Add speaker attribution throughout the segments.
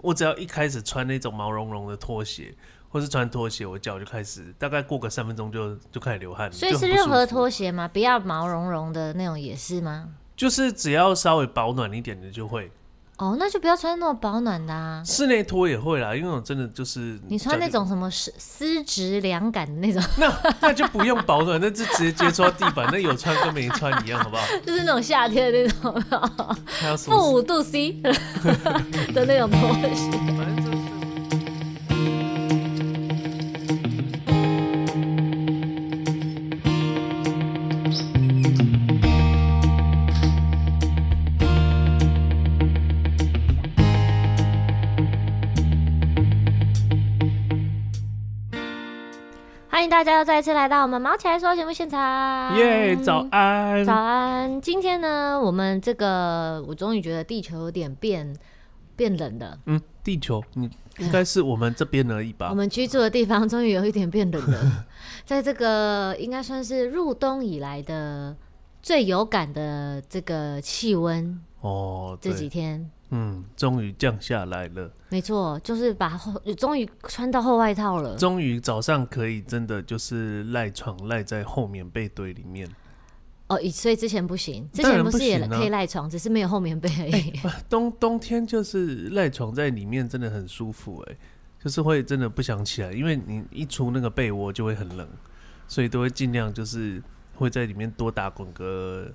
Speaker 1: 我只要一开始穿那种毛茸茸的拖鞋，或是穿拖鞋，我脚就开始大概过个三分钟就就开始流汗了，
Speaker 2: 所以
Speaker 1: 就很
Speaker 2: 是
Speaker 1: 不
Speaker 2: 任何
Speaker 1: 舒服
Speaker 2: 拖鞋吗？不要毛茸茸的那种也是吗？
Speaker 1: 就是只要稍微保暖一点的就会，
Speaker 2: 哦，那就不要穿那种保暖的啊。
Speaker 1: 室内拖也会啦，因为我真的就是
Speaker 2: 你穿那
Speaker 1: 脚
Speaker 2: 种什么丝丝质凉感的 那种，
Speaker 1: 就 那那就不用保暖，那就直接接触到地板，那有穿跟没穿一样，好不好？
Speaker 2: 就是那种夏天的那
Speaker 1: 嗯
Speaker 2: 种
Speaker 1: 还有什么
Speaker 2: 负五度 C 的那种拖鞋。
Speaker 1: 反正就是
Speaker 2: 欢迎大家又再次来到我们毛起来说节目现场。
Speaker 1: 耶、早安，
Speaker 2: 早安！今天呢，我们这个我终于觉得地球有点变变冷了。
Speaker 1: 嗯，地球，嗯，应该是我们这边而已吧
Speaker 2: 我。们居住的地方终于有一点变冷了， 在这个应该算是入冬以来的最有感的这个气温，
Speaker 1: 哦，
Speaker 2: 这几
Speaker 1: 对，
Speaker 2: 天
Speaker 1: 嗯，终于降下来了，
Speaker 2: 没错，就是把厚终于穿到厚外套了。
Speaker 1: 终于早上可以真的就是赖床赖在后棉被堆里面。
Speaker 2: 哦，以所以之前不行，之
Speaker 1: 当然
Speaker 2: 前不是也
Speaker 1: 不行啊
Speaker 2: 可以赖床，只是没有后棉被 而已。
Speaker 1: 冬冬天就是赖床在里面真的很舒服哎、就是会真的不想起来，因为你一出那个被窝就会很冷，所以都会尽量就是会在里面多打滚个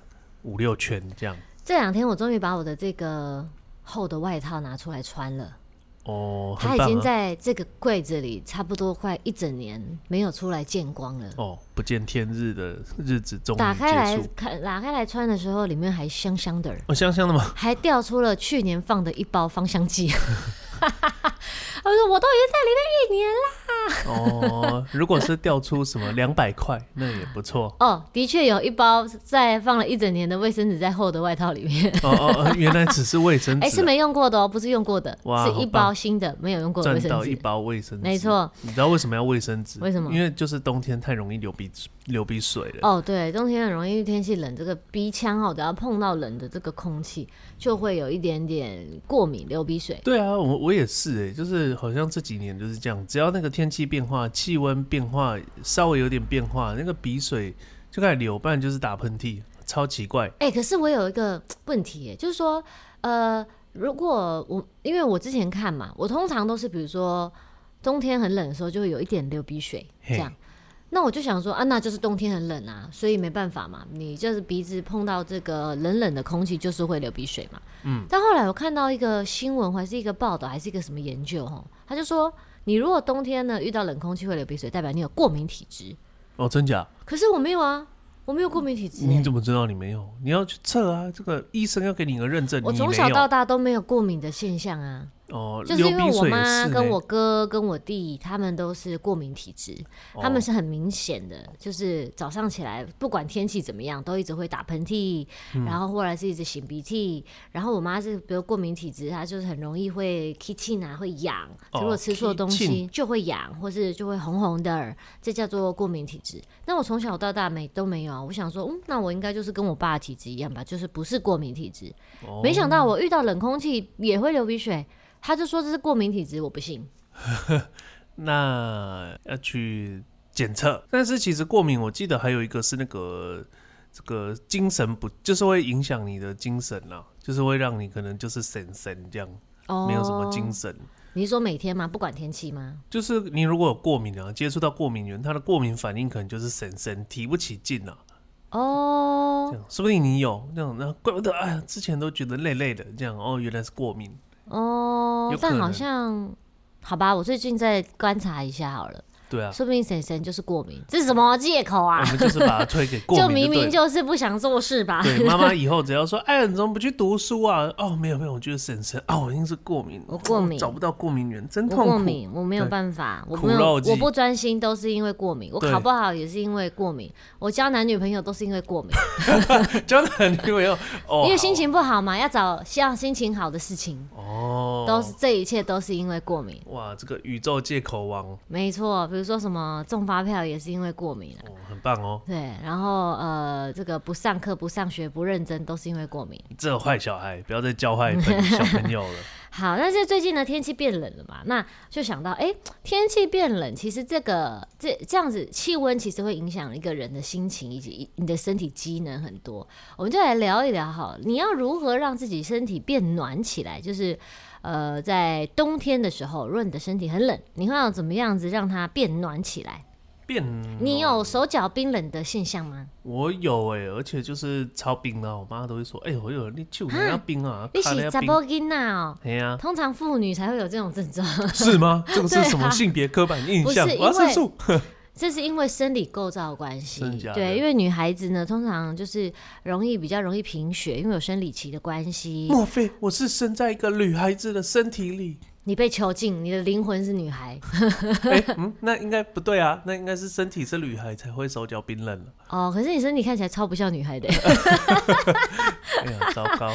Speaker 1: 五六圈这样。
Speaker 2: 这两天我终于把我的这个厚的外套拿出来穿了。
Speaker 1: 哦，
Speaker 2: 它
Speaker 1: 很
Speaker 2: 已
Speaker 1: 棒
Speaker 2: 经
Speaker 1: 啊！
Speaker 2: 在这个柜子里差不多快一整年没有出来见光了。
Speaker 1: 哦，不见天日的日子终于
Speaker 2: 打开来
Speaker 1: 结束。
Speaker 2: 看，打开来穿的时候，里面还香香的，
Speaker 1: 哦，香香的吗？
Speaker 2: 还掉出了去年放的一包芳香剂。 我说我都已经在里面一年了。
Speaker 1: 哦，如果是调出什么两百块，那也不错。
Speaker 2: 哦，的确有一包在放了一整年的卫生纸在厚的外套里面。
Speaker 1: 哦哦，哦原来只是卫生纸、
Speaker 2: 哎，
Speaker 1: 啊，
Speaker 2: 是没用过的哦，不是用过的，
Speaker 1: 哇
Speaker 2: 是一
Speaker 1: 好
Speaker 2: 包
Speaker 1: 棒
Speaker 2: 新的没有用过的
Speaker 1: 赚
Speaker 2: 卫生
Speaker 1: 到一
Speaker 2: 纸。
Speaker 1: 包卫生纸，
Speaker 2: 没错。
Speaker 1: 你知道为什么要卫生纸？
Speaker 2: 为什么
Speaker 1: 因为就是冬天太容易流鼻流鼻水了。
Speaker 2: 哦，对，冬天很容易天气冷，这个鼻腔哦，只要碰到冷的这个空气，就会有一点点过敏、流鼻水。
Speaker 1: 对啊，我我也是哎、就是好像这几年就是这样，只要那个天气变化、气温变化稍微有点变化，那个鼻水就开始流，不然就是打喷嚏，超奇怪。
Speaker 2: 哎、可是我有一个问题耶，就是说，呃，如果我因为我之前看嘛，我通常都是比如说冬天很冷的时候，就会有一点流鼻水这
Speaker 1: 嘿
Speaker 2: 样。那我就想说啊，那就是冬天很冷啊，所以没办法嘛，你就是鼻子碰到这个冷冷的空气，就是会流鼻水嘛。嗯。但后来我看到一个新闻，还是一个报道，还是一个什么研究哦，他就说，你如果冬天呢遇到冷空气会流鼻水，代表你有过敏体质。
Speaker 1: 哦，真假？
Speaker 2: 可是我没有啊，我没有过敏体质、欸。
Speaker 1: 你怎么知道你没有？你要去测啊，这个医生要给你个认证。
Speaker 2: 我
Speaker 1: 你
Speaker 2: 从
Speaker 1: 没
Speaker 2: 小
Speaker 1: 有
Speaker 2: 到大都没有过敏的现象啊，
Speaker 1: 哦，
Speaker 2: 就是因
Speaker 1: 流
Speaker 2: 为
Speaker 1: 鼻
Speaker 2: 我
Speaker 1: 水也
Speaker 2: 妈
Speaker 1: 是欸
Speaker 2: 跟
Speaker 1: 呢
Speaker 2: 我哥跟我弟他们都是过敏体质，
Speaker 1: 哦
Speaker 2: 他们是很明显的，就是早上起来不管天气怎么样，都一直会打喷嚏，
Speaker 1: 嗯
Speaker 2: 然后或者是一直擤鼻涕。然后我妈是比如过敏体质，她就是很容易会 kitchen 啊，会痒，
Speaker 1: 哦
Speaker 2: 如果吃错东西
Speaker 1: kitchen
Speaker 2: 就会痒，或是就会红红的，这叫做过敏体质。那我从小到大没都没有啊，我想说，嗯，那我应该就是跟我爸的体质一样吧，就是不是过敏体质。
Speaker 1: 哦
Speaker 2: 没想到我遇到冷空气也会流鼻水，他就说这是过敏体质，我不信。
Speaker 1: 那要去检测。但是其实过敏，我记得还有一个是那个这个精神不，就是会影响你的精神啦、就是会让你可能就是神神这样，
Speaker 2: 哦
Speaker 1: 没有什么精神。
Speaker 2: 你是说每天吗？不管天气吗？
Speaker 1: 就是你如果有过敏啊，接触到过敏源，他的过敏反应可能就是神神提不起劲啊，这
Speaker 2: 哦
Speaker 1: 样说不定你有那种，那怪不得哎呀，之前都觉得累累的，这样哦，原来是过敏。
Speaker 2: 哦
Speaker 1: 有，可
Speaker 2: 但
Speaker 1: 能
Speaker 2: 好像好吧，我最近再观察一下好了，
Speaker 1: 对啊，
Speaker 2: 说不定婶婶就是过敏，这是什么借口啊
Speaker 1: 我？们就是把它推给过
Speaker 2: 就
Speaker 1: 敏
Speaker 2: 明
Speaker 1: 对
Speaker 2: 明
Speaker 1: 了
Speaker 2: 就是不想做事吧？
Speaker 1: 对，妈妈以后只要说：“哎，你怎么不去读书啊？”哦，没有没有，我就是婶 婶啊，我一定是过敏，哦
Speaker 2: 我过敏
Speaker 1: 找不到过敏源，真
Speaker 2: 我
Speaker 1: 痛苦。
Speaker 2: 过 敏，我没有
Speaker 1: 对
Speaker 2: 办法，我
Speaker 1: 苦
Speaker 2: 没有，
Speaker 1: 肉计
Speaker 2: 我不专心都是因为过敏，我
Speaker 1: 对
Speaker 2: 考不好也是因为过敏，我交男女朋友都是因为过敏，
Speaker 1: 交男女朋友，哦，
Speaker 2: 因为心情不好嘛，要找像心情好的事情。
Speaker 1: 好哦，
Speaker 2: 都是这一切都是因为过敏，
Speaker 1: 哇，这个宇宙借口王哦
Speaker 2: 没错。比如说什么中发票也是因为过敏啊，
Speaker 1: 哦，很棒哦，
Speaker 2: 对，然后呃，这个不上课、不上学、不认真都是因为过敏。
Speaker 1: 这坏小孩，不要再教坏本小朋 友了。
Speaker 2: 好，但是最近呢，天气变冷了嘛，那就想到，哎、天气变冷，其实这个这这样子，气温其实会影响一个人的心情以及你的身体机能很多。我们就来聊一聊，好，你要如何让自己身体变暖起来？就是，呃，在冬天的时候，如果你的身体很冷，你会要怎么样子让它变暖起来？
Speaker 1: 变，
Speaker 2: 你有手脚冰冷的现象吗？
Speaker 1: 我有哎、而且就是超冰啊，我妈都会说，哎、我有你就你要冰啊，
Speaker 2: 你
Speaker 1: 看了
Speaker 2: 是
Speaker 1: 要
Speaker 2: 查
Speaker 1: 冰，
Speaker 2: 波囡呐哦，
Speaker 1: 哎 呀、
Speaker 2: 通常妇女才会有这种症状，
Speaker 1: 是吗？这个是
Speaker 2: 对啊
Speaker 1: 什么性别刻板印
Speaker 2: 不是
Speaker 1: 象？我要
Speaker 2: 因为
Speaker 1: 申 诉。
Speaker 2: 这是因为生理构造的关系
Speaker 1: 真假。的
Speaker 2: 对，因为女孩子呢，通常就是容易比较容易贫血，因为有生理期的关系。
Speaker 1: 莫非我是生在一个女孩子的身体里？
Speaker 2: 你被囚禁，你的灵魂是女孩。
Speaker 1: 哎、嗯，那应该不对啊，那应该是身体是女孩才会手脚冰冷了。
Speaker 2: 哦，可是你身体看起来超不像女孩的，
Speaker 1: 哎呀，糟糕，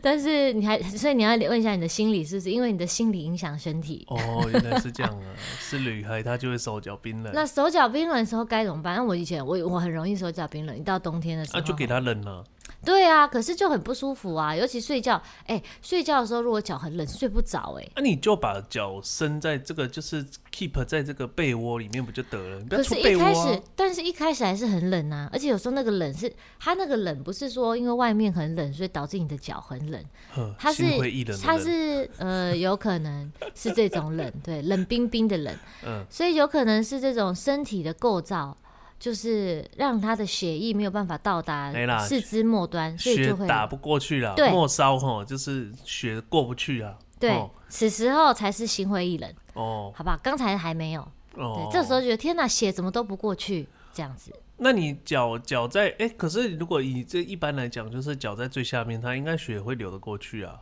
Speaker 2: 但是你还所以你要问一下你的心理是不是？因为你的心理影响身体。
Speaker 1: 哦，原来是这样啊，是女孩她就会手脚冰冷，
Speaker 2: 那手脚冰冷的时候该怎么办？那我以前我我很容易手脚冰冷，一到冬天的时候，
Speaker 1: 啊，就给她冷了、
Speaker 2: 对啊，可是就很不舒服啊，尤其睡觉，哎、睡觉的时候如果脚很冷，睡不着哎、
Speaker 1: 那、啊你就把脚伸在这个，就是 keep 在这个被窝里面不就得了？你不
Speaker 2: 可
Speaker 1: 要出
Speaker 2: 是，
Speaker 1: 被
Speaker 2: 一
Speaker 1: 窝、
Speaker 2: 开
Speaker 1: 啊
Speaker 2: 始。，但是一开始还是很冷啊，而且有时候那个冷是，它那个冷不是说因为外面很冷，所以导致你的脚很冷，
Speaker 1: 哼
Speaker 2: 它是
Speaker 1: 心灰意冷的
Speaker 2: 它
Speaker 1: 人，
Speaker 2: 是呃有可能是这种冷， 对，冷冰冰的冷，
Speaker 1: 嗯，
Speaker 2: 所以有可能是这种身体的构造，就是让它的血液没有办法到达
Speaker 1: 没啦
Speaker 2: 四肢末端，所以
Speaker 1: 血
Speaker 2: 就会
Speaker 1: 打不过去啦，
Speaker 2: 对
Speaker 1: 末梢哈，就是血过不去啊。
Speaker 2: 对
Speaker 1: 哦，
Speaker 2: 此时候才是心灰意冷，
Speaker 1: 哦
Speaker 2: 好不好？刚才还没有，
Speaker 1: 哦
Speaker 2: 对，，这时候觉得天哪，血怎么都不过去，这样子。
Speaker 1: 那你脚脚在哎、可是如果以这一般来讲，就是脚在最下面，它应该血会流得过去啊。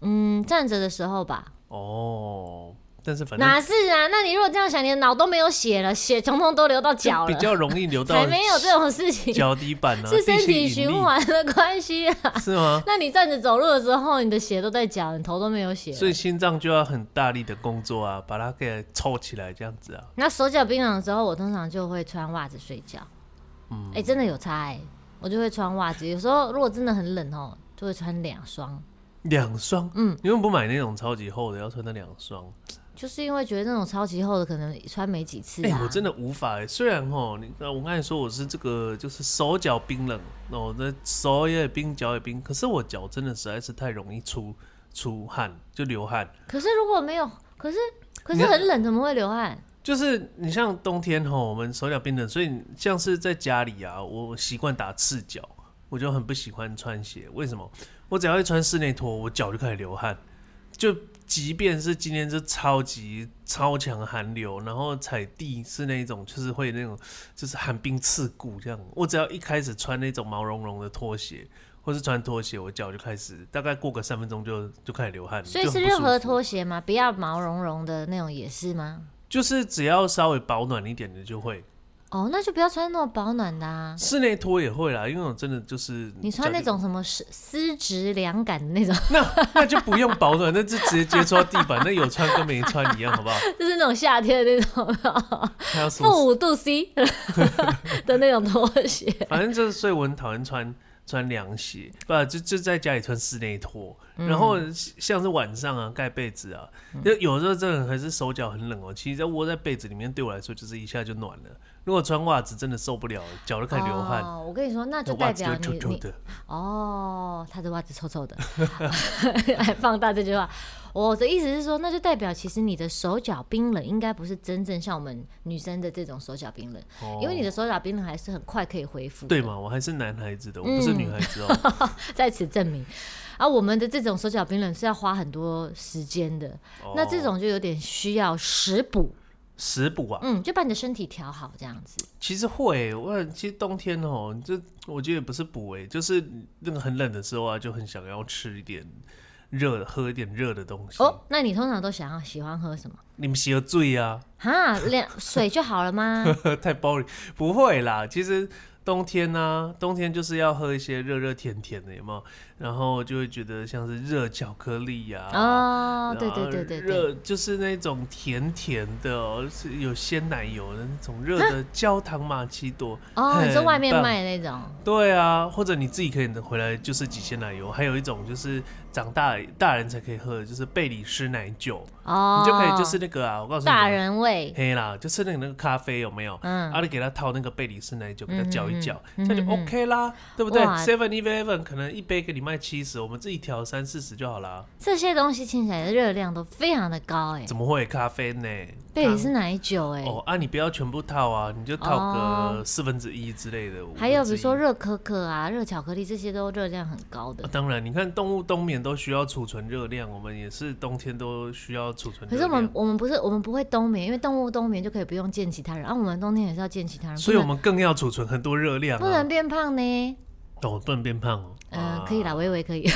Speaker 2: 嗯，站着的时候吧，
Speaker 1: 哦，但是反正
Speaker 2: 哪是啊？那你如果这样想，你的脑都没有血了，血通通都流到
Speaker 1: 就
Speaker 2: 脚
Speaker 1: 比
Speaker 2: 了，
Speaker 1: 较容易 流到
Speaker 2: 才没有这种事情，
Speaker 1: 脚底板啊，
Speaker 2: 是身
Speaker 1: 地
Speaker 2: 体
Speaker 1: 心引
Speaker 2: 循
Speaker 1: 力
Speaker 2: 环的关系啊。
Speaker 1: 是 吗？
Speaker 2: 那你站着走路的时候，你的血都在脚，你头都没有血了。
Speaker 1: 所以心脏就要很大力的工作啊，把它给抽起来这样子啊。
Speaker 2: 那手脚冰冷的时候，我通常就会穿袜子睡觉。嗯，哎、真的有差哎、我就会穿袜子。有时候如果真的很冷哦，就会穿两双，
Speaker 1: 两双，
Speaker 2: 嗯，
Speaker 1: 你为什么不买那种超级厚的，要穿那两双？
Speaker 2: 就是因为觉得那种超级厚的可能穿没几次
Speaker 1: 哎、
Speaker 2: 啊。
Speaker 1: 我真的无法、欸。虽然哦，你呃我刚才说我是这个，就是手脚冰冷，哦那我的手也冰，脚也冰，可是我脚真的实在是太容易出出汗，就流汗。
Speaker 2: 可是如果没有，可是可
Speaker 1: 你
Speaker 2: 是
Speaker 1: 要
Speaker 2: 很冷，怎么会流汗？
Speaker 1: 就是你像冬天吼，我们手脚冰冷，所以像是在家里啊，我习惯打赤脚，我就很不喜欢穿鞋。为什么？我只要一穿室内拖，我脚就开始流汗。就即便是今天是超级超强寒流，然后踩地是那种就是会那种就是寒冰刺骨这样，我只要一开始穿那种毛茸茸的拖鞋。或是穿拖鞋，我脚就开始，大概过个三分钟就就开始流汗了，
Speaker 2: 所以
Speaker 1: 就很
Speaker 2: 是
Speaker 1: 不
Speaker 2: 任
Speaker 1: 舒
Speaker 2: 何
Speaker 1: 服
Speaker 2: 拖鞋吗？不要毛茸茸的那种也是吗？
Speaker 1: 就是只要稍微保暖一点的就会，
Speaker 2: 哦，那就不要穿那种保暖的啊。
Speaker 1: 室内拖也会啦，因为我真的就是
Speaker 2: 你穿那种什么丝丝质凉感的那种，
Speaker 1: 那 那就不用保暖， 那就直接接触到地板，那 有穿跟没穿一样，好不好？
Speaker 2: 就是那种夏天的那种
Speaker 1: 还有什么？
Speaker 2: 负五度 C 的那种拖鞋。
Speaker 1: 反正就是，所以我很讨厌穿穿凉鞋，不就就在家里穿室内拖，然后
Speaker 2: 嗯
Speaker 1: 像是晚上啊盖被子啊，就有时候真的还是手脚很冷哦、其实在窝在被子里面，对我来说就是一下就暖了。如果穿袜子真的受不了，脚都开始流汗，
Speaker 2: 哦，我跟你说，那
Speaker 1: 那
Speaker 2: 就代
Speaker 1: 袜子
Speaker 2: 表
Speaker 1: 就
Speaker 2: 你
Speaker 1: 臭臭
Speaker 2: 你
Speaker 1: 的。
Speaker 2: 哦，他的袜子臭臭的， 还放大这句话。我的意思是说，那就代表其实你的手脚冰冷，应该不是真正像我们女生的这种手脚冰冷，
Speaker 1: 哦
Speaker 2: 因为你的手脚冰冷还是很快可以恢复。
Speaker 1: 对？嘛，我还是男孩子的，我不
Speaker 2: 嗯
Speaker 1: 是女孩子哦、
Speaker 2: 在此证明。而、我们的这种手脚冰冷是要花很多时间的， 那这
Speaker 1: 哦
Speaker 2: 种就有点需要食补，
Speaker 1: 食补啊，
Speaker 2: 嗯，就把你的身体调好这样子。
Speaker 1: 其实会，我其实冬天哦，就我觉得也不是补诶，就是那个很冷的时候啊，就很想要吃一点热的，喝一点热的东西。
Speaker 2: 哦，那你通常都想要喜欢喝什么？
Speaker 1: 你们喝醉啊？
Speaker 2: 哈，两水就好了吗？
Speaker 1: 太 boring，不会啦。其实冬天呢、冬天就是要喝一些热热甜甜的，有没有？然后就会觉得像是热巧克力呀、
Speaker 2: 哦，
Speaker 1: 啊然
Speaker 2: 对
Speaker 1: 后
Speaker 2: 对对对对，
Speaker 1: 热就是那种甜甜的、哦，是有鲜奶油的那种热的 焦糖玛奇朵。
Speaker 2: 哦，你说
Speaker 1: 很
Speaker 2: 外面
Speaker 1: 棒
Speaker 2: 卖的那种，
Speaker 1: 对啊，或者你自己可以回来就是挤鲜奶油。还有一种就是长大大人才可以喝的，就是贝里斯奶酒，
Speaker 2: 哦，
Speaker 1: 你就可以就是那个啊，我告诉你，
Speaker 2: 大人味，
Speaker 1: 黑啦，就是那个那个咖啡有没有？
Speaker 2: 嗯
Speaker 1: 啊，你给他套那个贝里斯奶酒，给他搅一搅，
Speaker 2: 嗯哼嗯
Speaker 1: 这样就
Speaker 2: 嗯哼
Speaker 1: OK 啦，对不对
Speaker 2: 哇
Speaker 1: ？Seven Eleven 可能一杯给你卖七十，我们自己调三四十就好啦。
Speaker 2: 这些东西听起来的热量都非常的高哎、
Speaker 1: 怎么会咖啡呢？
Speaker 2: 贝里斯奶酒哎、
Speaker 1: 哦啊，你不要全部套啊，你就套
Speaker 2: 哦
Speaker 1: 个四分之一之类的。五分之一
Speaker 2: 还有比如说热可可啊、热巧克力这些都热量很高的
Speaker 1: 啊。当然，你看动物冬眠都需要储存热量，我们也是冬天都需要储存
Speaker 2: 可
Speaker 1: 热
Speaker 2: 是我
Speaker 1: 量。
Speaker 2: 们我们不是我们不会冬眠，因为动物冬眠就可以不用见其他人，啊，我们冬天也是要见其他人，
Speaker 1: 所以我们更要储存很多热量、啊。
Speaker 2: 不能不能变胖呢。
Speaker 1: 哦，不能变胖哦。
Speaker 2: 嗯、
Speaker 1: 啊
Speaker 2: 可以啦，微微可以，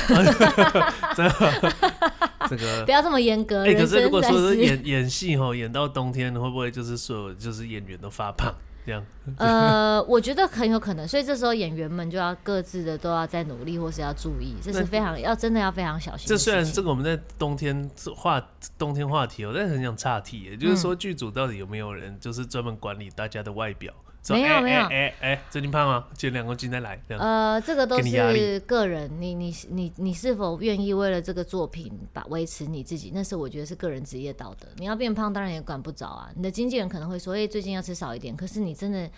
Speaker 1: 这个
Speaker 2: 不要这么严格。
Speaker 1: 哎、可
Speaker 2: 人
Speaker 1: 是如
Speaker 2: 生
Speaker 1: 果
Speaker 2: 在
Speaker 1: 说是
Speaker 2: 世，
Speaker 1: 演演戏吼，演到冬天会不会就是所有就是演员都发胖这样？
Speaker 2: 呃，我觉得很有可能，所以这时候演员们就要各自的都要再努力，或是要注意，这是
Speaker 1: 那
Speaker 2: 非常要真的要非常小心的
Speaker 1: 这
Speaker 2: 事情。
Speaker 1: 虽然这个我们在冬天话冬天话题哦、但是很想岔题耶，也就是
Speaker 2: 嗯
Speaker 1: 说剧组到底有没有人就是专门管理大家的外表？说
Speaker 2: 没有
Speaker 1: 哎
Speaker 2: 没有
Speaker 1: 哎哎哎，最近胖吗？减两公斤再来这样。
Speaker 2: 呃，这个都
Speaker 1: 给你压
Speaker 2: 是个人，你你你你是否愿意为了这个作品把维持你自己，那是我觉得是个人职业道德。你要变胖，当然也管不着啊。你的经纪人可能会说，哎、最近要吃少一点，可是你真的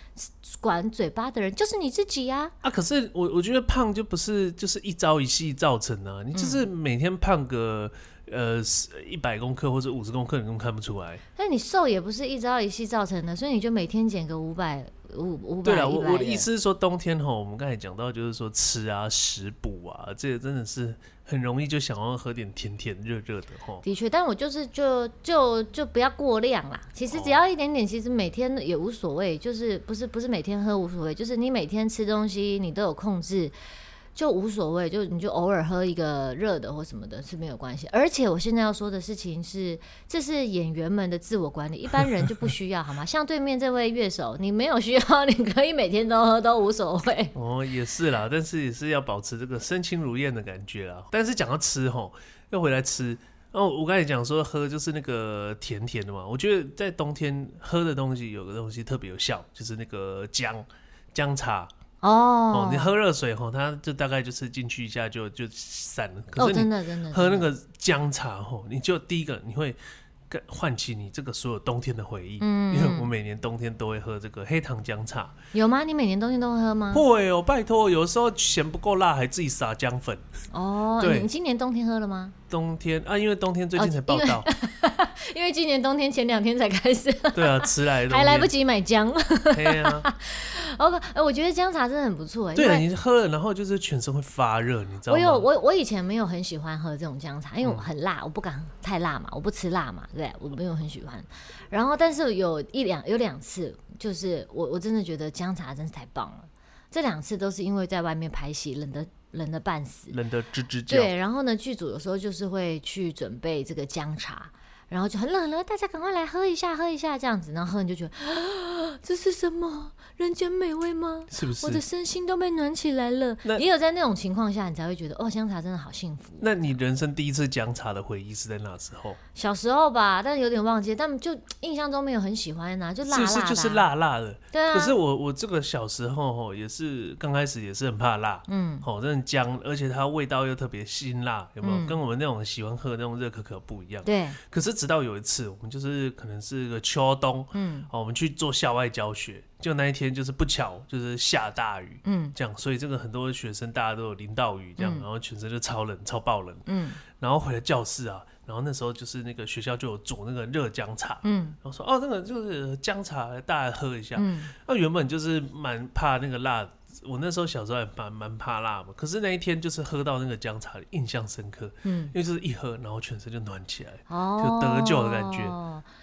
Speaker 2: 管嘴巴的人就是你自己呀、
Speaker 1: 啊，可是我我觉得胖就不是就是一朝一夕造成的啊、
Speaker 2: 嗯
Speaker 1: 你就是每天胖个呃一百公克或者五十公克，你根本看不出来。
Speaker 2: 但你瘦也不是一朝一夕造成的，所以你就每天减个五百五五百。
Speaker 1: 对了，啊我
Speaker 2: 100
Speaker 1: 我的意，思是说，冬天吼，我们刚才讲到就是说吃啊、食补啊，这个真的是很容易就想要喝点甜甜热热的吼。
Speaker 2: 的确，但我就是就就就不要过量啦。其实只
Speaker 1: 哦
Speaker 2: 要一点点，其实每天也无所谓，就是不是不是每天喝无所谓，就是你每天吃东西你都有控制，就无所谓，就你就偶尔喝一个热的或什么的是没有关系。而且我现在要说的事情是，这是演员们的自我管理，一般人就不需要好吗？像对面这位乐手，你没有需要， 你可以每天都喝都无所谓。
Speaker 1: 哦，也是啦，但是也是要保持这个身轻如燕的感觉啦。但是讲到吃吼，要回来吃。哦，我刚才讲说喝就是那个甜甜的嘛，我觉得在冬天喝的东西有个东西特别有效，就是那个姜姜茶哦
Speaker 2: 哦，
Speaker 1: 你喝热水吼，它就大概就是进去一下就就散了。可
Speaker 2: 哦，
Speaker 1: 是你
Speaker 2: 真的真的
Speaker 1: 喝那
Speaker 2: 真的
Speaker 1: 个姜茶吼，你就第一个你会跟唤起你这个所有冬天的回忆，嗯，因为我每年冬天都会喝这个黑糖姜茶，
Speaker 2: 有吗？你每年冬天都会喝吗？
Speaker 1: 会哦，拜托，有时候嫌不够辣还自己撒姜粉。
Speaker 2: 哦，
Speaker 1: 对
Speaker 2: 你你今年冬天喝了吗？
Speaker 1: 冬天啊，因为冬天最近
Speaker 2: 哦
Speaker 1: 才报 道，
Speaker 2: 因为今年冬天前两天才开始，
Speaker 1: 对啊，迟来的冬
Speaker 2: 还来不
Speaker 1: 天，
Speaker 2: 及买姜。
Speaker 1: 嘿啊，
Speaker 2: OK，呃我觉得姜茶真的很不错 哎、因
Speaker 1: 对了，
Speaker 2: 为
Speaker 1: 你喝了然后就是全身会发热，你知道
Speaker 2: 我
Speaker 1: 吗？嗯
Speaker 2: 有我我以前没有很喜欢喝这种姜茶，因为我很辣，我不敢太辣嘛，我不吃辣嘛，对，我没有很喜欢。然后，但是有一两有两次，就是我我真的觉得姜茶真是太棒了。这两次都是因为在外面拍戏，冷的冷的半死，
Speaker 1: 冷得吱吱叫，
Speaker 2: 对，然后呢，剧组有时候就是会去准备这个姜茶，然后就很冷很冷，大家赶快来喝一下，喝一下这样子，然后喝你就觉得、 啊、这是什么人间美味吗？
Speaker 1: 是不
Speaker 2: 我的
Speaker 1: 是？
Speaker 2: 身心都被暖起来了
Speaker 1: 那。
Speaker 2: 也有在那种情况下，你才会觉得哦，姜茶真的好幸福。
Speaker 1: 那你人生第一次姜茶的回忆是在哪时候？
Speaker 2: 小时候吧，但有点忘记，但就印象中没有很喜欢呐、就辣
Speaker 1: 是
Speaker 2: 辣
Speaker 1: 不
Speaker 2: 的、
Speaker 1: 是就是？辣辣的？
Speaker 2: 对啊。
Speaker 1: 可是我我这个小时候吼也是刚开始也是很怕辣，嗯，吼真的姜，而且它味道又特别辛辣，有没有？
Speaker 2: 嗯
Speaker 1: 跟我们那种喜欢喝的那种热可可不一样。
Speaker 2: 对，
Speaker 1: 可是直到有一次，我们就是可能是个秋冬，
Speaker 2: 嗯
Speaker 1: 哦，我们去做校外教学，就那一天就是不巧就是下大雨，
Speaker 2: 嗯
Speaker 1: 这样，所以这个很多学生大家都有淋到雨，这样，
Speaker 2: 嗯
Speaker 1: 然后全身就超冷、超爆冷，
Speaker 2: 嗯
Speaker 1: 然后回了教室啊，然后那时候就是那个学校就有煮那个热姜茶。
Speaker 2: 嗯
Speaker 1: 然后说哦，那个就是姜茶，大家喝一下。
Speaker 2: 嗯
Speaker 1: 那原本就是蛮怕那个辣，我那时候小时候还蛮蛮怕辣嘛。可是那一天就是喝到那个姜茶，印象深刻，
Speaker 2: 嗯，
Speaker 1: 因为就是一喝，然后全身就暖起来。
Speaker 2: 哦，
Speaker 1: 就得救的感觉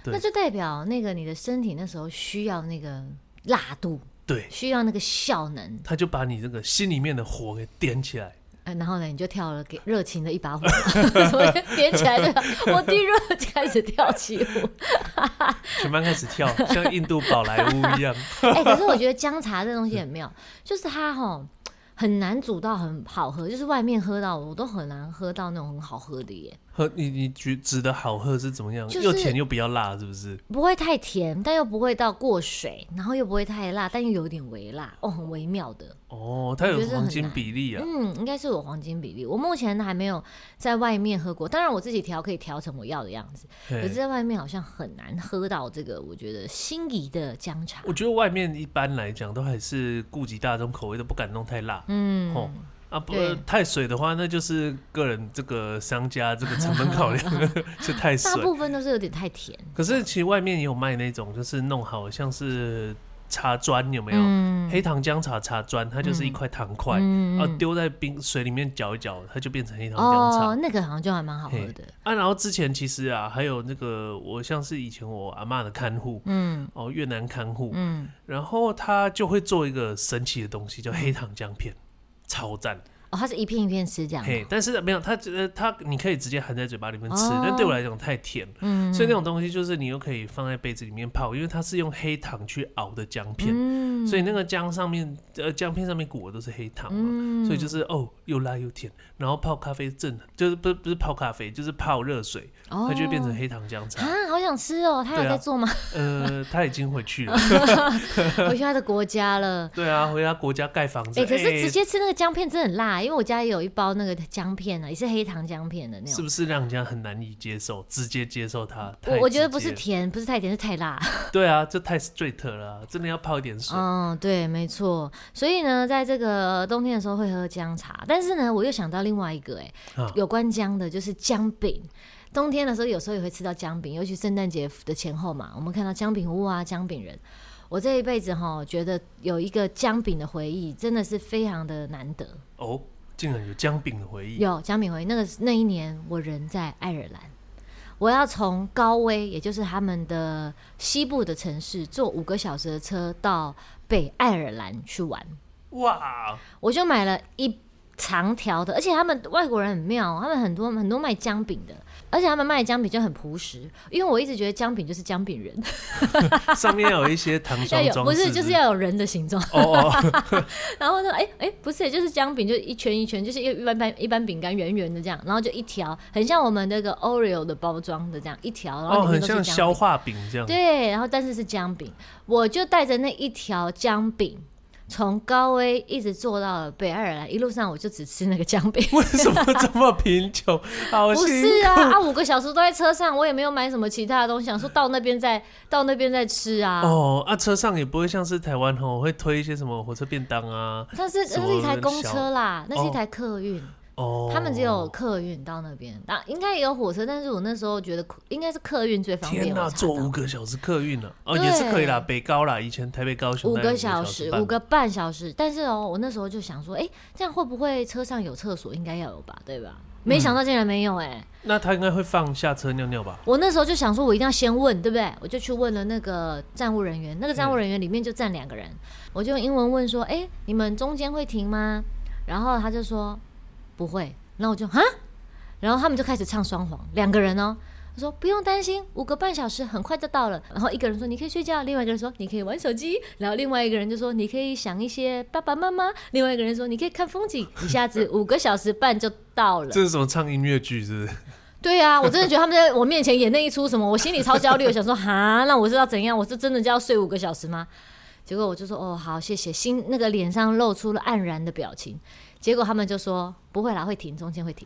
Speaker 1: 对
Speaker 2: 那就代表那个你的身体那时候需要那个辣度，
Speaker 1: 对，
Speaker 2: 需要那个效能。
Speaker 1: 他就把你这个心里面的火给点起来。
Speaker 2: 哎，然后呢，你就跳了给热情的一把火， 所以点起来就我弟热就开始跳起 舞。
Speaker 1: 全班开始 跳，像印度宝莱坞一样。
Speaker 2: 哎，可是我觉得姜茶这东西很妙，就是它吼很难煮到很好喝，就是外面喝到我都很难喝到那种很好喝的耶，
Speaker 1: 喝你你觉指的好喝是怎么样？
Speaker 2: 就是
Speaker 1: 又甜又不要辣，是不是？
Speaker 2: 不会太甜，但又不会到过水，然后又不会太辣，但又有点微辣，哦，很微妙的。
Speaker 1: 哦，它
Speaker 2: 我
Speaker 1: 有
Speaker 2: 觉得
Speaker 1: 黄
Speaker 2: 很
Speaker 1: 金
Speaker 2: 难
Speaker 1: 比例啊。
Speaker 2: 嗯，应该是我黄金比例。我目前还没有在外面喝过，当然我自己调可以调成我要的样子，可
Speaker 1: 嘿
Speaker 2: 是在外面好像很难喝到这个我觉得心仪的姜茶
Speaker 1: 我。觉得外面一般来讲都还是顾及大众口味，都不敢弄太辣。
Speaker 2: 嗯，
Speaker 1: 哦啊不
Speaker 2: 对
Speaker 1: 太水的话，那就是个人这个商家这个成本考 量是啊太水
Speaker 2: 大。部分都是有点太甜。
Speaker 1: 可是其实外面也有卖那种，就是弄好像是茶砖，有没有？
Speaker 2: 嗯，
Speaker 1: 黑糖姜茶茶砖，它就是一块糖块，
Speaker 2: 嗯
Speaker 1: 然后
Speaker 2: 嗯
Speaker 1: 丢在冰水里面搅一搅，它就变成黑糖姜茶。
Speaker 2: 哦，那个好像就还蛮好喝的。
Speaker 1: 啊，然后之前其实啊，还有那个我像是以前我阿嬷的看护
Speaker 2: 嗯
Speaker 1: 哦，越南看护，
Speaker 2: 嗯，
Speaker 1: 然后他就会做一个神奇的东西，叫黑糖姜片，超赞。
Speaker 2: 哦，它是一片一片吃这样
Speaker 1: 嘿
Speaker 2: 的。，
Speaker 1: 但是没有，它呃它你可以直接含在嘴巴里面吃，
Speaker 2: 哦
Speaker 1: 但对我来讲太甜了。
Speaker 2: 嗯，
Speaker 1: 所以那种东西就是你又可以放在杯子里面泡，因为它是用黑糖去熬的姜片，
Speaker 2: 嗯
Speaker 1: 所以那个姜上面呃姜片上面裹的都是黑糖嘛，
Speaker 2: 嗯
Speaker 1: 所以就是哦又辣又甜，然后泡咖啡正就是不是不是泡咖啡，就是泡热水，它
Speaker 2: 它
Speaker 1: 就会变成黑糖姜茶。
Speaker 2: 啊，哦好想吃哦！他有
Speaker 1: 对啊
Speaker 2: 在做吗？
Speaker 1: 呃，他已经回去了，
Speaker 2: 回去他的国家了。
Speaker 1: 对啊，回他国家盖房子。
Speaker 2: 哎、可是
Speaker 1: 哎
Speaker 2: 直接吃那个姜片真的很辣，因为我家也有一包那个姜片啊，也是黑糖姜片的那
Speaker 1: 是
Speaker 2: 种。
Speaker 1: 不是让人家很难以接受？直接接受它，太
Speaker 2: 我我
Speaker 1: 直
Speaker 2: 觉得不是
Speaker 1: 接了
Speaker 2: 甜，不是太甜，是太辣。
Speaker 1: 对啊，这太 straight 了啊、真的要泡一点水。
Speaker 2: 嗯，对，没错。所以呢，在这个冬天的时候会喝姜茶，但是呢，我又想到另外一个、哎、
Speaker 1: 啊
Speaker 2: 有关姜的，就是姜饼。冬天的时候，有时候也会吃到姜饼，尤其圣诞节的前后嘛，我们看到姜饼屋啊、姜饼人。我这一辈子哈，觉得有一个姜饼的回忆，真的是非常的难得。
Speaker 1: 哦，竟然有姜饼的回忆。
Speaker 2: 有姜饼回那个那一年，我人在爱尔兰，我要从高威，也就是他们的西部的城市，坐五个小时的车到北爱尔兰去玩。
Speaker 1: 哇，
Speaker 2: 我就买了一长条的，而且他们外国人很妙哦，他们很多很多卖姜饼的，而且他们卖的姜饼就很朴实，因为我一直觉得姜饼就是姜饼人，
Speaker 1: 上面要有一些糖
Speaker 2: 要
Speaker 1: 霜
Speaker 2: 有
Speaker 1: 装饰，
Speaker 2: 不是就是要有人的形状。
Speaker 1: 哦哦，
Speaker 2: 然后呢，哎哎，不是，就是姜饼，就一圈一圈，就是一一般般一般饼干圆圆的这样，然后就一条，很像我们那个 Oreo 的包装的这样一条， 然
Speaker 1: 哦，
Speaker 2: 后里
Speaker 1: 很
Speaker 2: 面都是
Speaker 1: 像
Speaker 2: 姜
Speaker 1: 消
Speaker 2: 饼。
Speaker 1: 化饼这样。
Speaker 2: 对，然后但是是姜饼，我就带着那一条姜饼，从高威一直坐到了北爱尔兰，一路上我就只吃那个姜饼。
Speaker 1: 为什么这么贫穷？ 好
Speaker 2: 不
Speaker 1: 辛
Speaker 2: 是啊，
Speaker 1: 苦。
Speaker 2: 啊，五个小时都在车上，我也没有买什么其他的东西，想说到那边再到那边再吃啊。
Speaker 1: 哦，啊，车上也不会像是台湾哦，会推一些什么火车便当啊。
Speaker 2: 但是
Speaker 1: 什
Speaker 2: 那
Speaker 1: 么
Speaker 2: 是一台公车啦，那是一
Speaker 1: 哦
Speaker 2: 台客运。
Speaker 1: 哦，
Speaker 2: 他们只有客运到那边，啊，应该也有火车，但是我那时候觉得应该是客运最方便。
Speaker 1: 天
Speaker 2: 我查
Speaker 1: 坐
Speaker 2: 到
Speaker 1: 五个小时客运了、哦，
Speaker 2: 啊对
Speaker 1: 也是可以啦，北高啦，以前台北高雄
Speaker 2: 五
Speaker 1: 大概
Speaker 2: 个
Speaker 1: 小
Speaker 2: 小
Speaker 1: 时
Speaker 2: 时，
Speaker 1: 半，
Speaker 2: 五个半小时。但是哦，我那时候就想说，哎、这样会不会车上有厕所？应该要有吧，对吧？没想到竟然没有、哎、
Speaker 1: 那他应该会放下车尿尿吧？
Speaker 2: 我那时候就想说，我一定要先问，对不对？我就去问了那个站务人员，那个站务人员里面就站两个人，我就用英文问说：“哎、你们中间会停吗？”然后他就说：“不会。”然后我就啊，然后他们就开始唱双簧，两个人哦。他说不用担心，五个半小时很快就到了。然后一个人说你可以睡觉，另外一个人说你可以玩手机，然后另外一个人就说你可以想一些爸爸妈妈，另外一个人说你可以看风景。一下子五个小时半就到了。
Speaker 1: 这是什么唱音乐剧 是不是？
Speaker 2: 对啊，我真的觉得他们在我面前演那一出什么，我心里超焦虑，我想说 哈，那我是要怎样？我是真的就要睡五个小时吗？结果我就说哦好，谢谢，心那个脸上露出了黯然的表情。结果他们就说不会啦，会停，中间会停，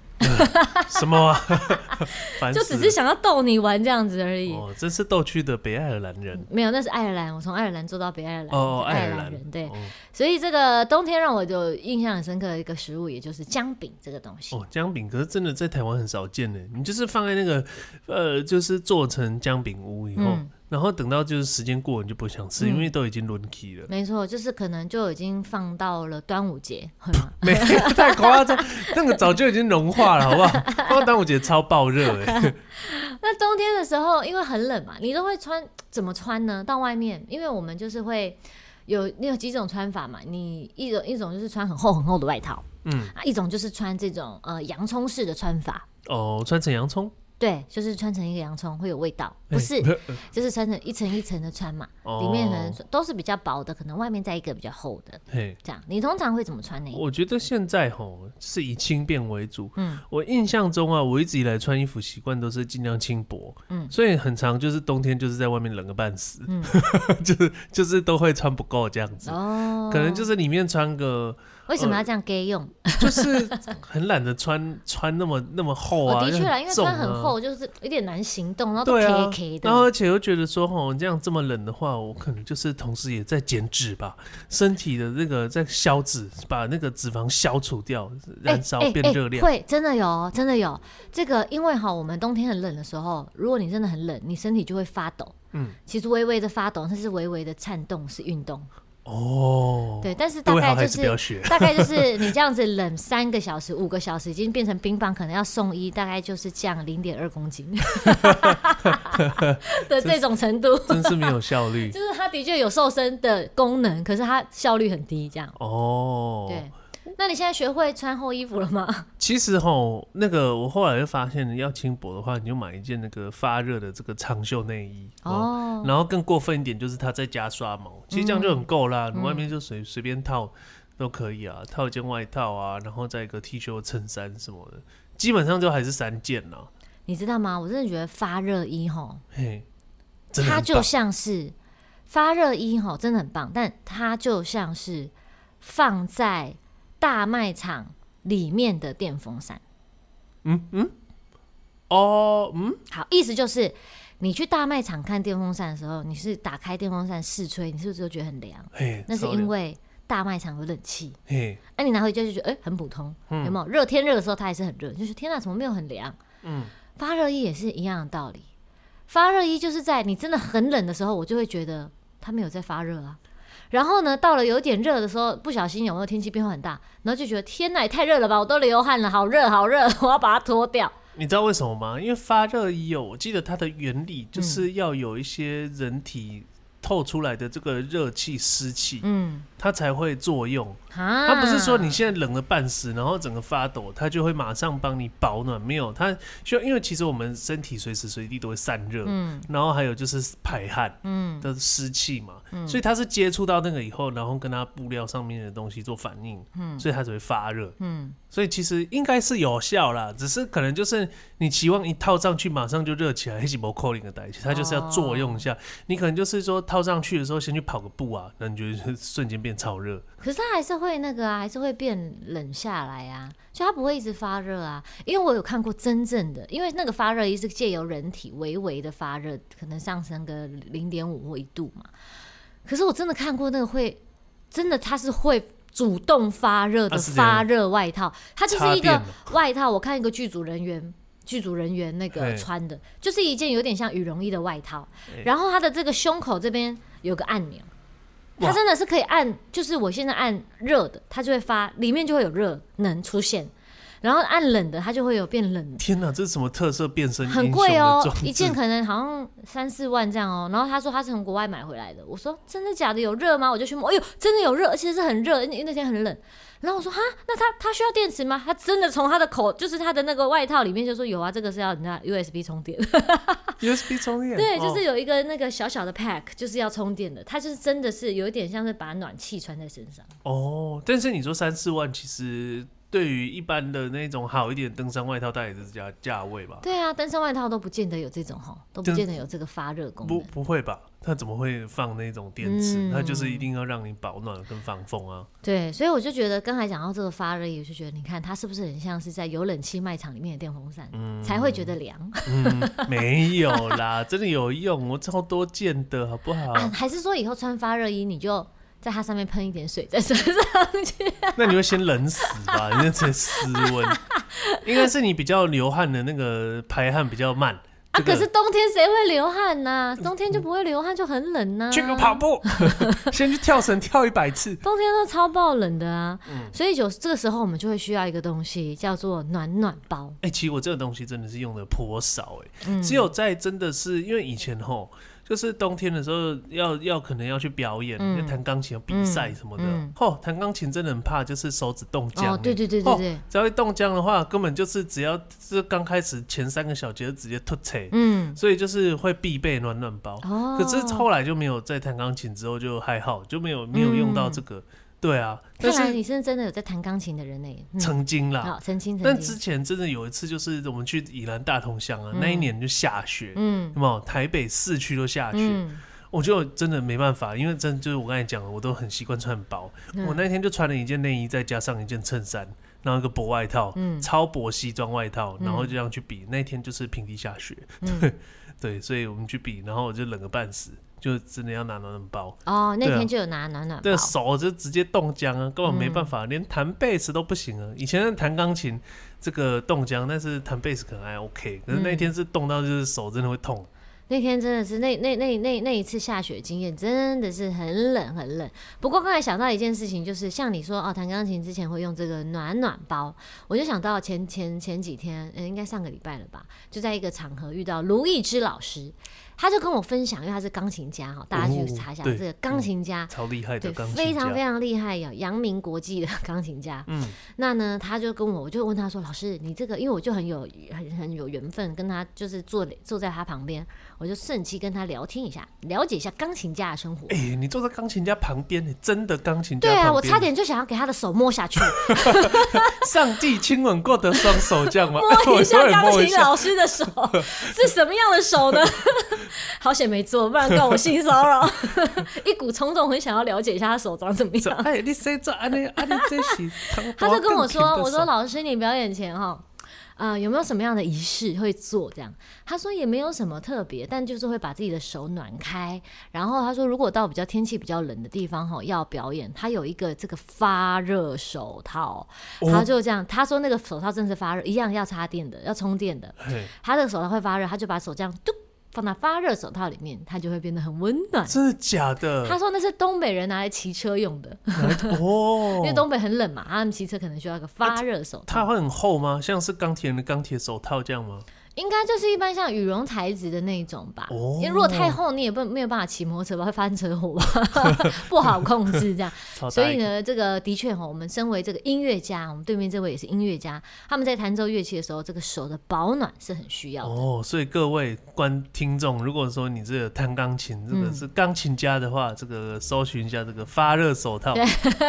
Speaker 1: 什么啊？ 烦死
Speaker 2: 就
Speaker 1: 了
Speaker 2: 只是想要逗你玩这样子而已。
Speaker 1: 哦，真是逗趣的北爱尔兰人
Speaker 2: 没有，那是爱尔兰，我从爱尔兰坐到北爱尔兰，
Speaker 1: 哦，
Speaker 2: 嗯爱
Speaker 1: 爱尔
Speaker 2: 兰人对。
Speaker 1: 哦
Speaker 2: 所以这个冬天让我就印象很深刻的一个食物，也就是姜饼这个东西。
Speaker 1: 哦，姜饼可是真的在台湾很少见呢。你就是放在那个呃，就是做成姜饼屋以后，
Speaker 2: 嗯
Speaker 1: 然后等到就是时间过了你就不想吃，
Speaker 2: 嗯
Speaker 1: 因为都已经轮起了。
Speaker 2: 没错，就是可能就已经放到了端午节，会吗？
Speaker 1: 没有太夸张，那个早就已经融化了，好 不好？哦，端午节超爆热哎，
Speaker 2: 那冬天的时候，因为很冷嘛，你都会穿怎么穿呢？到外面，因为我们就是会有你有几种穿法嘛，你一种一种就是穿很厚很厚的外套，
Speaker 1: 嗯，
Speaker 2: 啊，一种就是穿这种呃洋葱式的穿法，
Speaker 1: 哦，穿成洋葱，
Speaker 2: 对，就是穿成一个洋葱会有味道，不是，就是穿成一层一层的穿嘛，
Speaker 1: 哎哦
Speaker 2: 里面可能都是比较薄的，可能外面再一个比较厚的，
Speaker 1: 嘿，
Speaker 2: 这样。你通常会怎么穿呢？
Speaker 1: 我觉得现在吼是以轻便为主。
Speaker 2: 嗯，
Speaker 1: 我印象中啊，我一直以来穿衣服习惯都是尽量轻薄，
Speaker 2: 嗯
Speaker 1: 所以很常就是冬天就是在外面冷个半死，
Speaker 2: 嗯
Speaker 1: 就是就是都会穿不够这样子，
Speaker 2: 哦，
Speaker 1: 可能就是呃是里面穿个，
Speaker 2: 为什么要这样 gay 用？
Speaker 1: 就是很懒得穿穿那么那么厚
Speaker 2: 哦，
Speaker 1: 啊，
Speaker 2: 的确啦，因为
Speaker 1: 重
Speaker 2: 穿很
Speaker 1: 啊
Speaker 2: 厚就是有点难行动，然后都
Speaker 1: 对
Speaker 2: K
Speaker 1: 啊
Speaker 2: K，
Speaker 1: 然后
Speaker 2: 的。
Speaker 1: 而且又觉得说，吼，这样这么冷的话，我可能就是同时也在减脂吧，身体的那个在消脂，把那个脂肪消除掉，燃烧
Speaker 2: 哎哎
Speaker 1: 变
Speaker 2: 哎
Speaker 1: 热量。
Speaker 2: 会真的有，真的有这个，因为哈，我们冬天很冷的时候，如果你真的很冷，你身体就会发抖。
Speaker 1: 嗯，
Speaker 2: 其实微微的发抖，它是微微的颤动，是运动。
Speaker 1: 哦，
Speaker 2: 对，但是
Speaker 1: 各
Speaker 2: 大
Speaker 1: 位好
Speaker 2: 概
Speaker 1: 孩
Speaker 2: 就
Speaker 1: 子不要
Speaker 2: 是
Speaker 1: 学。
Speaker 2: 大概就是你这样子冷三个小时、五个小时，已经变成冰棒，可能要送医，大概就是降零点二公 斤的这种程度。
Speaker 1: 真是没有效 率
Speaker 2: 就是它的确有瘦身的功能，可是它效率很低，这样。
Speaker 1: 哦。
Speaker 2: 对，那你现在学会穿厚衣服了吗？
Speaker 1: 其实吼，那个我后来就发现，要轻薄的话，你就买一件那个发热的这个长袖内衣哦。
Speaker 2: 哦，
Speaker 1: 然后更过分一点，就是它在家刷毛，其实这样就很够啦。你外面就随随便套都可以啊，套一件外套啊，然后再一个 T 恤、衬衫什么的，基本上就还是三件啦。
Speaker 2: 你知道吗？我真的觉得发热衣吼，
Speaker 1: 嘿，真的
Speaker 2: 它
Speaker 1: 很
Speaker 2: 就
Speaker 1: 棒
Speaker 2: 像是发热衣吼，真的很棒，但它就像是放在大卖场里面的电风扇。
Speaker 1: 嗯嗯哦嗯
Speaker 2: 好，意思就是你去大卖场看电风扇的时候，你是打开电风扇试吹，你是不是就觉得很凉？
Speaker 1: 嘿，
Speaker 2: 那是
Speaker 1: 受
Speaker 2: 因
Speaker 1: 凉
Speaker 2: 为大卖场有冷气。
Speaker 1: 嘿
Speaker 2: 那、你拿回家就觉得哎、诶很普通，有没有？热天热的时候它还是很热，就是天哪，怎么没有很凉？
Speaker 1: 嗯，
Speaker 2: 发热衣也是一样的道理。发热衣就是在你真的很冷的时候，我就会觉得它没有在发热啊。然后呢，到了有点热的时候，不小心有没有天气变化很大，然后就觉得天哪，也太热了吧，我都流汗了，好热好热， 我要把它脱掉。
Speaker 1: 你知道为什么吗？因为发热衣哦，我记得它的原理
Speaker 2: 嗯
Speaker 1: 就是要有一些人体透出来的这个热气、湿气，
Speaker 2: 嗯，
Speaker 1: 它才会作用。
Speaker 2: 啊，
Speaker 1: 它不是说你现在冷了半死，然后整个发抖，它就会马上帮你保暖。没有，它需要，因为其实我们身体随时随地都会散热，
Speaker 2: 嗯
Speaker 1: 然后还有就是排汗
Speaker 2: 嗯
Speaker 1: 的湿气嘛，
Speaker 2: 嗯
Speaker 1: 所以它是接触到那个以后，然后跟它布料上面的东西做反应，
Speaker 2: 嗯
Speaker 1: 所以它才会发热。
Speaker 2: 嗯，
Speaker 1: 所以其实应该是有效啦，只是可能就是你期望一套上去马上就热起来，一起不扣零的代谢，它就是要作用一
Speaker 2: 哦
Speaker 1: 下。你可能就是说套上去的时候先去跑个步啊，那你就瞬间变超热。
Speaker 2: 可是它还是会那个啊，还是会变冷下来啊，就它不会一直发热啊。因为我有看过真正的，因为那个发热衣是借由人体微微的发热，可能上升个零点五或一度嘛。可是我真的看过那个会，真的它是会主动发热的
Speaker 1: 啊是怎样
Speaker 2: 发热外套，它就是
Speaker 1: 插
Speaker 2: 一
Speaker 1: 电了
Speaker 2: 个外套。我看一个剧组人员。剧组人员那个
Speaker 1: 嘿
Speaker 2: 穿的，就是一件有点像羽绒衣的外套
Speaker 1: 嘿，
Speaker 2: 然后它的这个胸口这边有个按钮，
Speaker 1: 哇
Speaker 2: 它真的是可以按，就是我现在按热的，它就会发，里面就会有热能出现，然后按冷的，它就会有变冷的，
Speaker 1: 天哪，这是什么特色变身英雄
Speaker 2: 很
Speaker 1: 的
Speaker 2: 贵哦
Speaker 1: 装，置
Speaker 2: 一件可能好像三四万这样哦。然后他说他是从国外买回来的，我说真的假的？有热吗？我就去摸，哎呦，真的有热，而且是很热，因为那天很冷。然后我说哈，那它它需要电池吗？他真的从他的口，就是他的那个外套里面就说有啊，这个是要人家 USB 充电。
Speaker 1: USB 充电，
Speaker 2: 对，就
Speaker 1: 哦
Speaker 2: 是有一个那个小小的 pack，就是要充电的，它就是真的是有一点像是把暖气穿在身上。
Speaker 1: 哦。但是你说三四万，其实对于一般的那种好一点的登山外套，大概也是价价位吧？
Speaker 2: 对啊，登山外套都不见得有这种哈，都不
Speaker 1: 真
Speaker 2: 见得有这个发热功
Speaker 1: 不，
Speaker 2: 能。
Speaker 1: 不会吧？它怎么会放那种电池？
Speaker 2: 嗯
Speaker 1: 它就是一定要让你保暖跟防风啊。
Speaker 2: 对，所以我就觉得刚才讲到这个发热衣，我就觉得你看它是不是很像是在有冷气卖场里面的电风扇，才会觉得凉、
Speaker 1: 嗯， 没有啦，真的有用，我超多件的好不好？
Speaker 2: 啊？还是说以后穿发热衣你就在它上面喷一点水在身上？
Speaker 1: 那你会先冷死吧？你那才失温，应该是你比较流汗的那个排汗比较慢。
Speaker 2: 啊，
Speaker 1: 这个
Speaker 2: 可是冬天谁会流汗呐、冬天就不会流汗，就很冷呐、
Speaker 1: 去个跑步， 先去跳绳跳一百次。
Speaker 2: 冬天都超爆冷的啊，
Speaker 1: 嗯
Speaker 2: 所以有这个时候我们就会需要一个东西叫做暖暖包。嗯
Speaker 1: 哎、其实我这个东西真的是用的颇少、哎、只有在真的是因为以前吼，就是冬天的时候要要可能要去表演，
Speaker 2: 嗯
Speaker 1: 要弹钢琴要比赛什么的
Speaker 2: 嗯嗯。
Speaker 1: 哦，弹钢琴真的很怕，就是手指冻僵、
Speaker 2: 哦，对对对对对，
Speaker 1: 哦只要一冻僵的话，根本就是只要是刚开始前三个小节就直接突切，
Speaker 2: 嗯，
Speaker 1: 所以就是会必备暖暖包。
Speaker 2: 哦，
Speaker 1: 可是后来就没有再弹钢琴，之后就还好，就没有没有用到这个。对啊，但
Speaker 2: 嗯看来
Speaker 1: 是
Speaker 2: 你是真的有在弹钢琴的人呢。嗯
Speaker 1: 曾经啦，
Speaker 2: 好，澄清澄
Speaker 1: 但
Speaker 2: 清
Speaker 1: 之，前真的有一次，就是我们去宜兰大同乡啊，
Speaker 2: 嗯
Speaker 1: 那一年就下雪，
Speaker 2: 嗯
Speaker 1: 有没有？台北市区都下雪，
Speaker 2: 嗯，
Speaker 1: 我就真的没办法，因为真的就是我刚才讲的，我都很习惯穿很薄。
Speaker 2: 嗯
Speaker 1: 我那天就穿了一件内衣，再加上一件衬衫，然后一个薄外套，
Speaker 2: 嗯
Speaker 1: 超薄西装外套，
Speaker 2: 嗯
Speaker 1: 然后就这样去比。那天就是平地下雪，
Speaker 2: 嗯
Speaker 1: 对 对，所以我们去比，然后我就冷个半死，就真的要拿暖暖包。
Speaker 2: 哦，那
Speaker 1: 对啊
Speaker 2: 天就有拿暖暖包
Speaker 1: 对，，手就直接冻僵啊，根本没办
Speaker 2: 嗯
Speaker 1: 法，连弹贝斯都不行啊。以前弹钢琴这个冻僵，但是弹贝斯可能还 OK，可是那天是冻到就是手真的会痛。
Speaker 2: 那天真的是那那那那那一次下雪经验真的是很冷很冷。不过刚才想到一件事情，就是像你说哦，弹钢琴之前会用这个暖暖包，我就想到前前前几天，呃应该上个礼拜了吧，就在一个场合遇到卢易之老师，他就跟我分享，因为他是钢琴家哈，大家去查一下
Speaker 1: 哦对
Speaker 2: 这个钢琴家。
Speaker 1: 超厉害
Speaker 2: 对
Speaker 1: 的钢，琴家，
Speaker 2: 非常非常厉害，有扬名国际的 钢琴家。
Speaker 1: 嗯，
Speaker 2: 那呢，他就跟我，我就问他说：“老师，你这个，因为我就很有很很有缘分，跟他就是坐坐在他旁边，我就趁机跟他聊天一下，了解一下钢琴家的生活。
Speaker 1: 哎、你坐在钢琴家旁边，你真的钢琴家
Speaker 2: 对啊，
Speaker 1: 旁
Speaker 2: 我
Speaker 1: 边
Speaker 2: 差点就想要给他的手摸 下去，
Speaker 1: 上帝亲吻过的双手这样吗？
Speaker 2: 摸一
Speaker 1: 我
Speaker 2: 下
Speaker 1: 也
Speaker 2: 钢
Speaker 1: 摸一
Speaker 2: 琴
Speaker 1: 下。
Speaker 2: 老师的手，是什么样的手呢？ 好险没做，不然告我性骚扰。 一股冲动，很想要了解一下他手长什么
Speaker 1: 说
Speaker 2: 样。
Speaker 1: 哎，你谁这安尼安尼这是唐伯
Speaker 2: 他就跟我说啊
Speaker 1: 更：“
Speaker 2: 我
Speaker 1: 甜的手
Speaker 2: 说老师，你表演前哈，呃，有没有什么样的仪式会做？这样，他说也没有什么特别，但就是会把自己的手暖开。然后他说，如果到比较天气比较冷的地方哈，要表演，他有一个这个发热手套，
Speaker 1: 哦
Speaker 2: 他就这样。他说那个手套真的是发热，一样要插电的，要充电的。
Speaker 1: 嘿
Speaker 2: 他的手套会发热，他就把手这样嘟放到发热手套里面，它就会变得很温暖。
Speaker 1: 真的假的？
Speaker 2: 他说那是东北人拿来骑车用的，
Speaker 1: 哦，啊
Speaker 2: 因为东北很冷嘛，他们骑车可能需要一个发热手套。
Speaker 1: 它会很厚吗？像是钢铁人的钢铁手套这样吗？
Speaker 2: 应该就是一般像羽绒材质的那一种吧。
Speaker 1: 哦
Speaker 2: 因为如果太厚，你也不没有办法骑摩托车吧，会翻车 祸吧，不好控制这样。
Speaker 1: 超大
Speaker 2: 所以
Speaker 1: 一个，
Speaker 2: 呢，这个的确哈，我们身为这个音乐家，我们对面这位也是音乐家，他们在弹奏乐器的时候，这个手的保暖是很需要的。
Speaker 1: 哦，所以各位观听众，如果说你这个弹钢琴，这个
Speaker 2: 嗯
Speaker 1: 是钢琴家的话，这个搜寻一下这个发热手 套。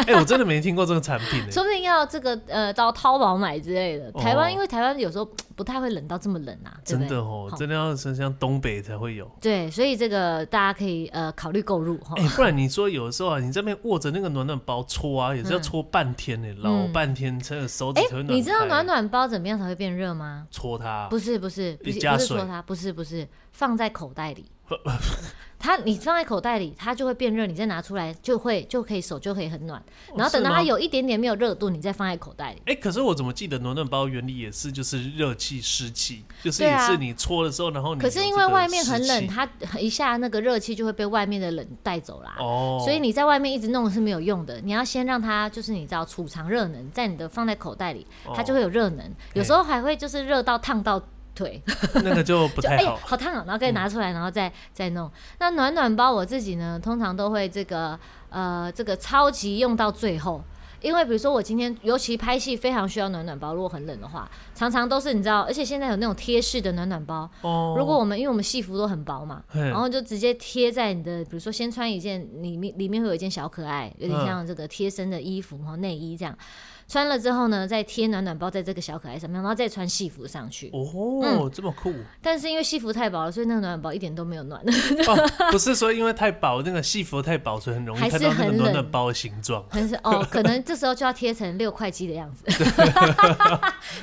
Speaker 1: 哎，我真的没听过这个产品欸。
Speaker 2: 说不定要这个呃到淘宝买之类的。
Speaker 1: 哦
Speaker 2: 台湾、因为台湾有时候不太会冷到这么冷啊，对
Speaker 1: 真
Speaker 2: 不对？
Speaker 1: 的哦，
Speaker 2: 好哦
Speaker 1: 真的要是像东北才会有。
Speaker 2: 对，所以这个大家可以呃考虑购入哈。
Speaker 1: 哎、不然你说有的时候啊，你这边握着那个暖暖包搓啊，也是要搓半天呢、老半天，才有手指
Speaker 2: 嗯哎、
Speaker 1: 才会暖、
Speaker 2: 你知道暖？暖包怎么样才会变热吗？
Speaker 1: 搓它啊，
Speaker 2: 不是不是不
Speaker 1: 一
Speaker 2: 是
Speaker 1: 加
Speaker 2: 不是
Speaker 1: 水
Speaker 2: 说它不是不是放在口袋 里，它你放在口袋里，它就会变热，你再拿出来就会就可以手就可以很暖，然后等到它
Speaker 1: 哦是吗
Speaker 2: 有一点点没有热度，你再放在口袋里。
Speaker 1: 哎、可是我怎么记得暖暖包原理也是就是热气湿气，就是
Speaker 2: 对
Speaker 1: 也
Speaker 2: 啊
Speaker 1: 是你搓的时候，然后你
Speaker 2: 可是
Speaker 1: 有
Speaker 2: 因
Speaker 1: 这
Speaker 2: 为
Speaker 1: 个
Speaker 2: 外面很
Speaker 1: 湿
Speaker 2: 冷，
Speaker 1: 气
Speaker 2: 它一下那个热气就会被外面的冷带走啦。
Speaker 1: 哦，
Speaker 2: 所以你在外面一直弄是没有用的，你要先让它就是你知道储藏热能，在你的放在口袋里，
Speaker 1: 哦
Speaker 2: 它就会有热能，有时候还会就是热到烫到腿，
Speaker 1: 那个就不
Speaker 2: 就
Speaker 1: 太
Speaker 2: 哎呀
Speaker 1: 好，嗯
Speaker 2: 好烫啊！然后可以拿出来，然后再再弄。那暖暖包我自己呢，通常都会这个呃这个超级用到最后。因为比如说我今天，尤其拍戏非常需要暖暖包，如果很冷的话，常常都是你知道，而且现在有那种贴式的暖暖包。
Speaker 1: 哦。
Speaker 2: 如果我们因为我们戏服都很薄嘛，
Speaker 1: 嘿
Speaker 2: 然后就直接贴在你的，比如说先穿一件里面里面会有一件小可爱，有点
Speaker 1: 嗯
Speaker 2: 像这个贴身的衣服哈内衣这样，穿了之后呢，再贴暖暖包在这个小可爱上面，然后再穿戏服上去。嗯
Speaker 1: 哦，这么酷
Speaker 2: 但是因为西服太薄了，所以那个暖暖包一点都没有暖，
Speaker 1: 哦！不是说因为太薄，那个戏服太薄，所以很容易
Speaker 2: 还
Speaker 1: 看
Speaker 2: 是
Speaker 1: 到那个
Speaker 2: 很
Speaker 1: 暖
Speaker 2: 冷
Speaker 1: 暖包的形状。
Speaker 2: 但是哦，可能这时候就要贴成六块肌的样子，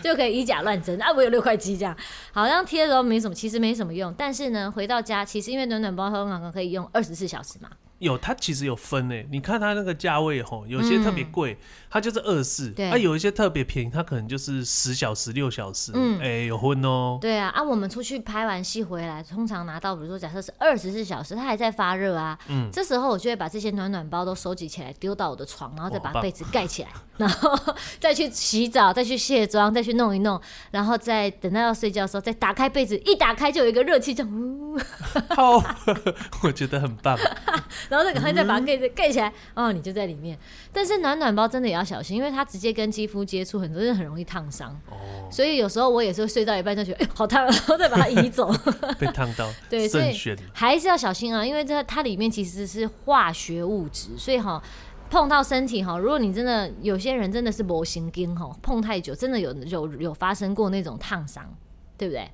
Speaker 2: 就可以以假乱真啊！我有六块肌这样，好像贴的时候没什么，其实没什么用。但是呢，回到家其实因为暖暖包通常可以用二十四小时嘛，
Speaker 1: 有，它其实有分诶、你看它那个价位吼，有些特别
Speaker 2: 嗯
Speaker 1: 贵，它就是二四，
Speaker 2: 对
Speaker 1: 它有一些特别便宜，它可能就是十小时、六小时，
Speaker 2: 嗯
Speaker 1: 哎，有婚哦，
Speaker 2: 对啊，啊，我们出去拍完戏回来，通常拿到，比如说假设是二十四小时，它还在发热啊，
Speaker 1: 嗯
Speaker 2: 这时候我就会把这些暖暖包都收集起来，丢到我的床，然后再
Speaker 1: 哇
Speaker 2: 把
Speaker 1: 好棒
Speaker 2: 被子盖起来，然后 再去洗澡，再去卸妆，再去弄一弄，然后再等到要睡觉的时候再打开被子，一打开就有一个热气这样，呜，
Speaker 1: 好， 我觉得很棒。
Speaker 2: 然后再赶快再把
Speaker 1: 嗯
Speaker 2: 它盖子盖起来，哦，你就在里面。但是暖暖包真的也要小心，因为它直接跟肌肤接触，很多人很容易烫伤，
Speaker 1: 哦，
Speaker 2: 所以有时候我也是会睡到一半就觉得，哎、好烫，然后再把它移走。
Speaker 1: 被烫到，
Speaker 2: 对所以
Speaker 1: 慎选。
Speaker 2: 还是要小心啊，因为这它里面其实是化学物质，所以哈。碰到身体哈，如果你真的有些人真的是磨心筋哈，碰太久真的有有有发生过那种烫伤，对不对？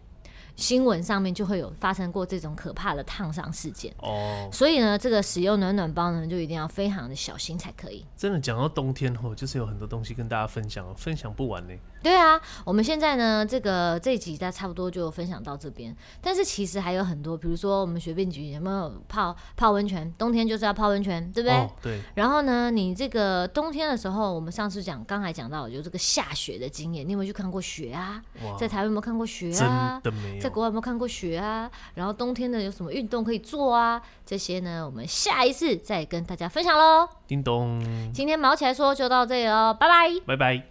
Speaker 2: 新闻上面就会有发生过这种可怕的烫伤事件，
Speaker 1: 哦，
Speaker 2: 所以呢，这个使用暖暖包呢，就一定要非常的小心才可以。
Speaker 1: 真的讲到冬天吼，就是有很多东西跟大家分享，哦分享不完呢。
Speaker 2: 对啊，我们现在呢，这个这一集大家差不多就分享到这边。但是其实还有很多，比如说我们学便局有没有泡泡温泉？冬天就是要泡温泉，对不对？
Speaker 1: 哦，对，
Speaker 2: 然后呢，你这个冬天的时候，我们上次讲，刚才讲到有这个下雪的经验，你有没有去看过雪啊？
Speaker 1: 哇，
Speaker 2: 在台湾有没有看过雪
Speaker 1: 哦真
Speaker 2: 啊？
Speaker 1: 的没
Speaker 2: 在
Speaker 1: 有。
Speaker 2: 国外有没有看过雪啊？然后冬天的有什么运动可以做啊？这些呢，我们下一次再跟大家分享喽。
Speaker 1: 叮咚，
Speaker 2: 今天毛起来说就到这里喽，拜拜。
Speaker 1: 拜拜。